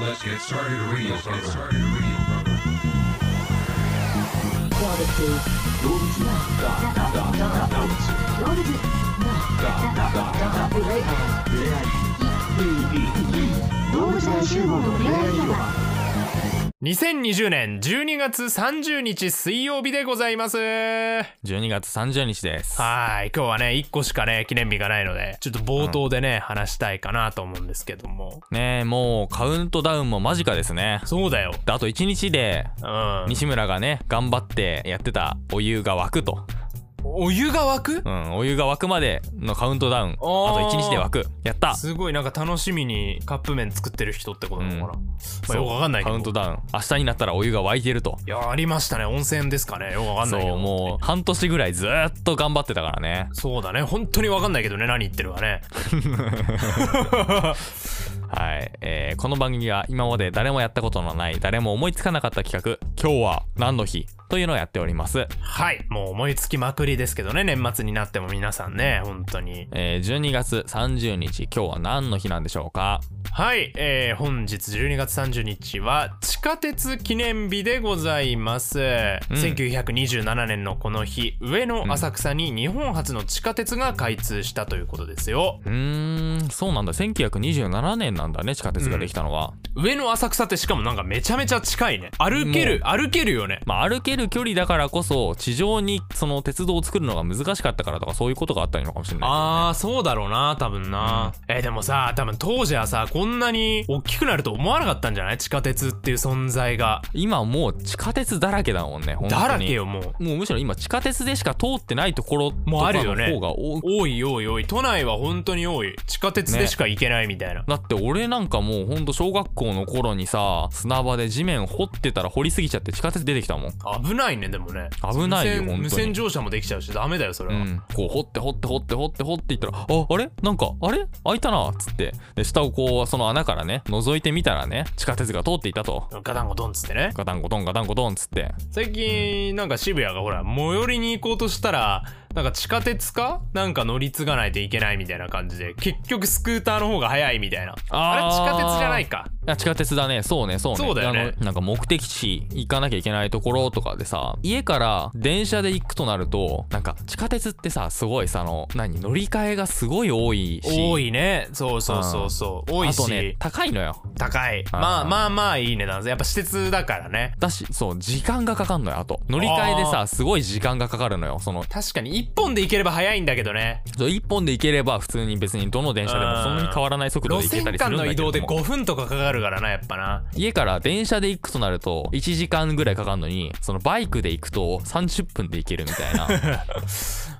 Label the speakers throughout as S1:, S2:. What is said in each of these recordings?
S1: Let's get started radio. Let's get started radio.
S2: Ladies
S3: 2020年12月30日水曜日でございます。は
S4: 12月30日です。
S3: ーい。今日はね、1個しかね、記念日がないので、ちょっと冒頭でね、話したいかなと思うんですけども。
S4: ねえ、もうカウントダウンも間近ですね。
S3: そうだよ。
S4: であと1日で
S3: うん。
S4: 西村がね、頑張ってやってたお湯が沸くと。
S3: お湯が沸く
S4: うん、お湯が沸くまでのカウントダウン。あ
S3: おー
S4: と1日で沸く。やった
S3: すごいなんか楽しみにカップ麺作ってる人ってことなのかな。
S4: う
S3: まあ、よくわかんないけ
S4: カ
S3: ど。
S4: ウントダウン。明日になったらお湯が沸いてると。
S3: いや、ありましたね。温泉ですかね。よくわかん
S4: そ
S3: ないけど。
S4: う、もう半年ぐらいずーっと頑張ってたからね。
S3: そうだね。本当にわかんないけどね。何言ってるかね。
S4: はい、えーこの番組は今まで誰もやったことのない誰も思いつかなかった企画「今日は何の日?」というのをやっております、
S3: はい。もう思いつきまくりですけどね。年末になっても皆さんね。本当に。
S4: えー12月30日今日は何の日なんでしょうか
S3: はい、えー、本日12月30日は地下鉄記念日でございます、1927年のこの日上野浅草に日本初の地下鉄が開通したということですよ、
S4: うーんそうなんだ1927年なんだね地下鉄ができたのは、
S3: 上野浅草ってしかもなんかめちゃめちゃ近いね歩ける歩けるよね
S4: まあ、歩ける距離だからこそ地上にその鉄道を作るのが難しかったからとかそういうことがあったのかもしれない
S3: あーそうだろうな多分な、えーでもさ多分当時はさこんなに大きくなると思わなかったんじゃない地下鉄っていう存在が
S4: 今もう地下鉄だらけだもんね本当に
S3: だらけよもう
S4: もうむしろ今地下鉄でしか通ってないところとかの
S3: もうあるよね
S4: 方が多く
S3: 多い多い多い都内は本当に多い地下鉄でしか行けないみたいな、
S4: だって俺なんかもうほんと小学校の頃にさ砂場で地面掘ってたら掘りすぎちゃって地下鉄出てきたもん
S3: 危ないねでもね
S4: 危ないよ
S3: 無線
S4: 本当に
S3: 無線乗車もできちゃうしダメだよそれ
S4: う
S3: は、
S4: ん、こう掘って掘って掘って掘って掘っていったら「ああれなんかあれ開いたな」っつってで下をこうその穴からね覗いてみたらね地下鉄が通っていたと
S3: ガタンゴトンっつってね
S4: ガタンゴトンガタンゴトンっつって
S3: 最近なんか渋谷がほら最寄りに行こうとしたらなんか地下鉄かなんか乗り継がないといけないみたいな感じで結局スクーターの方が早いみたいなあ
S4: あー
S3: れ地下鉄じゃないか
S4: あ地下鉄だねそうねそうね
S3: そうだよね
S4: あのなんか目的地行かなきゃいけないところとかでさ家から電車で行くとなるとなんか地下鉄ってさすごいさあの何乗り換えがすごい多いし
S3: 多いねそうそうそうそう多い
S4: あ
S3: し、
S4: とね高いのよ
S3: 高い
S4: あー
S3: まあまあまあいい値段ですやっぱ私鉄だからね
S4: だしそう時間がかかんのよあと乗り換えで
S3: あ
S4: さすごい時間がかかるのよその
S3: 確かに一本で行ければ早いんだけどね
S4: そう一本で行ければ普通に別にどの電車で
S3: うん
S4: もそんなに変わらない速度
S3: 路
S4: で
S3: 線
S4: 行けたりす
S3: 間
S4: るんだ
S3: の
S4: けれ
S3: 移
S4: ども
S3: 動で5分とかかかるからなやっぱな
S4: 家から電車で行くとなると1時間ぐらいかかるのにそのバイクで行くと30分で行けるみたい な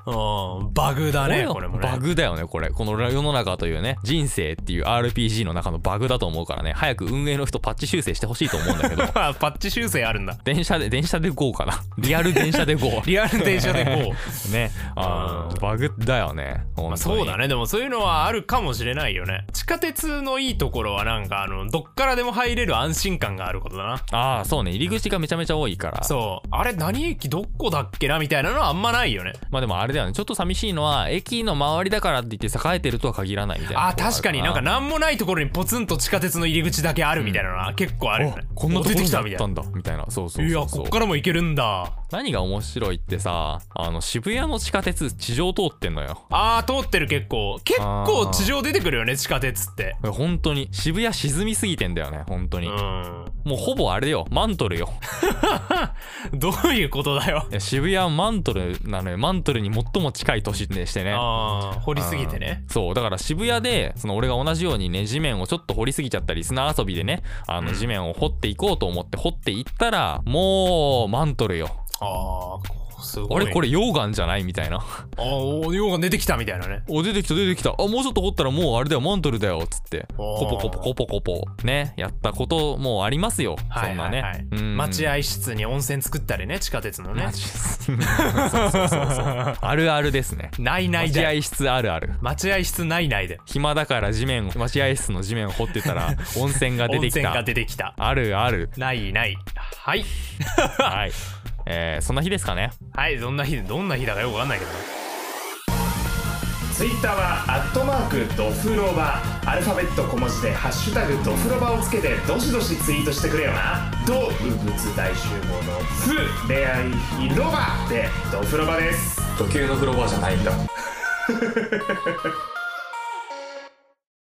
S3: うんバグ だね
S4: の
S3: これもね
S4: バグだよねこれこの世の中というね人生っていう RPG の中のバグだと思うからね早く運営の人パッチ修正してほしいと思うんだ けど
S3: あパッチ修正あるんだ
S4: 電車で電車で行こうかなリアル電車で行こう
S3: リアル電車でこ
S4: ねあーバグだよね本当に、
S3: うそうだねでもそういうのはあるかもしれないよね地下鉄のいいところはなんかあのどっからでも入れる安心感があることだな
S4: ああそうね入り口がめちゃめちゃ多いから
S3: そうあれ何駅どこだっけなみたいなのはあんまないよね
S4: まあでもあれだよねちょっと寂しいのは駅の周りだからって言って栄えてるとは限らないみたいな
S3: あ確かになんか何もないところにポツンと地下鉄の入り口だけあるみたいなのは結構あるよね、
S4: おこんなとこ
S3: お出
S4: ろ
S3: てき
S4: にあ
S3: た
S4: っ
S3: みた
S4: た
S3: いなん
S4: だみたいなそうそうそう
S3: い
S4: い
S3: やこっからも行けるんだ
S4: 何が面白いってさあの渋谷の地下鉄地上通ってんのよ
S3: あー通ってる結構結構地上出てくるよね地下鉄って
S4: 本当に渋谷沈みすぎてんだよね本当
S3: う
S4: に、
S3: ん
S4: もうほぼあれよマントルよ
S3: どういうことだよ
S4: いや渋谷はマントルなのよマントルに最も近い都市でしてね
S3: ああ掘りすぎてね
S4: そうだから渋谷でその俺が同じようにね地面をちょっと掘りすぎちゃったり砂遊びでねあ
S3: う
S4: の
S3: ん
S4: 地面を掘っていこうと思って掘っていったらもうマントルよ
S3: ああすご
S4: あ
S3: い
S4: れこれ溶岩じゃないみた いな
S3: ああお溶岩出てきたみたいなね
S4: お出てきた出てきたあもうちょっと掘ったらもうあれだよマントルだよっつって
S3: おー
S4: コポコポコポコポねやったこともありますよ
S3: はいはいはい、
S4: そんなねうん
S3: 待合室に温泉作ったりね地下鉄のね
S4: 待合室そうそうそうそうあるあるですね
S3: ないない
S4: 待
S3: で
S4: 合室あるある
S3: 待合室ないないで
S4: 暇だから地面を待合室の地面を掘ってたら温泉が
S3: 温
S4: 出てき
S3: 泉が
S4: た
S3: 出てきた
S4: あるある
S3: ないないはい
S4: はい。えーそんな日ですかね。
S3: はいどんな日どんな日だかよくわかんないけどね
S2: Ladies
S3: ツイッターはアットマークドフロバアルファベット小文字で「ハッシュタグドフロバ」をつけてどしどしツイートしてくれよな動物大集合の「フ」恋愛広場でドフロバです
S5: 時計の風呂場じゃないんだ